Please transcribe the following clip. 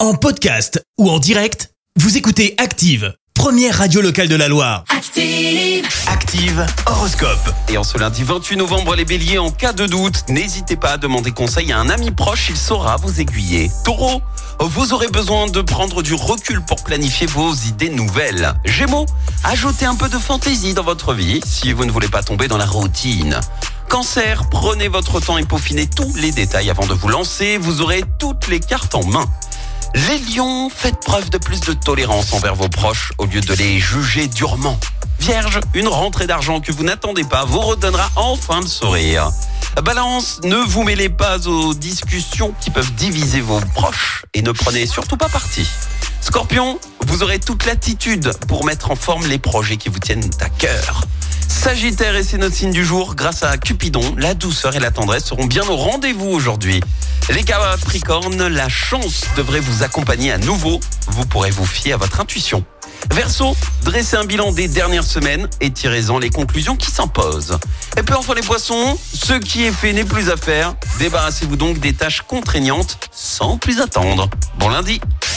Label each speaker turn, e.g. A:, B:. A: En podcast ou en direct, vous écoutez Active, première radio locale de la Loire.
B: Active.
A: Active Horoscope.
C: Et en ce lundi 28 novembre, les béliers, en cas de doute, n'hésitez pas à demander conseil à un ami proche, il saura vous aiguiller. Taureau, vous aurez besoin de prendre du recul pour planifier vos idées nouvelles. Gémeaux, ajoutez un peu de fantaisie dans votre vie si vous ne voulez pas tomber dans la routine. Cancer, prenez votre temps et peaufinez tous les détails avant de vous lancer, vous aurez toutes les cartes en main. Les lions, faites preuve de plus de tolérance envers vos proches au lieu de les juger durement. Vierge, une rentrée d'argent que vous n'attendez pas vous redonnera enfin le sourire. Balance, ne vous mêlez pas aux discussions qui peuvent diviser vos proches et ne prenez surtout pas parti. Scorpion, vous aurez toute l'attitude pour mettre en forme les projets qui vous tiennent à cœur. Sagittaire et c'est notre signe du jour. Grâce à Cupidon, la douceur et la tendresse seront bien au rendez-vous aujourd'hui. Les Capricornes, la chance devrait vous accompagner à nouveau. Vous pourrez vous fier à votre intuition. Verseau, dressez un bilan des dernières semaines et tirez-en les conclusions qui s'imposent. Et puis enfin les poissons, ce qui est fait n'est plus à faire. Débarrassez-vous donc des tâches contraignantes sans plus attendre. Bon lundi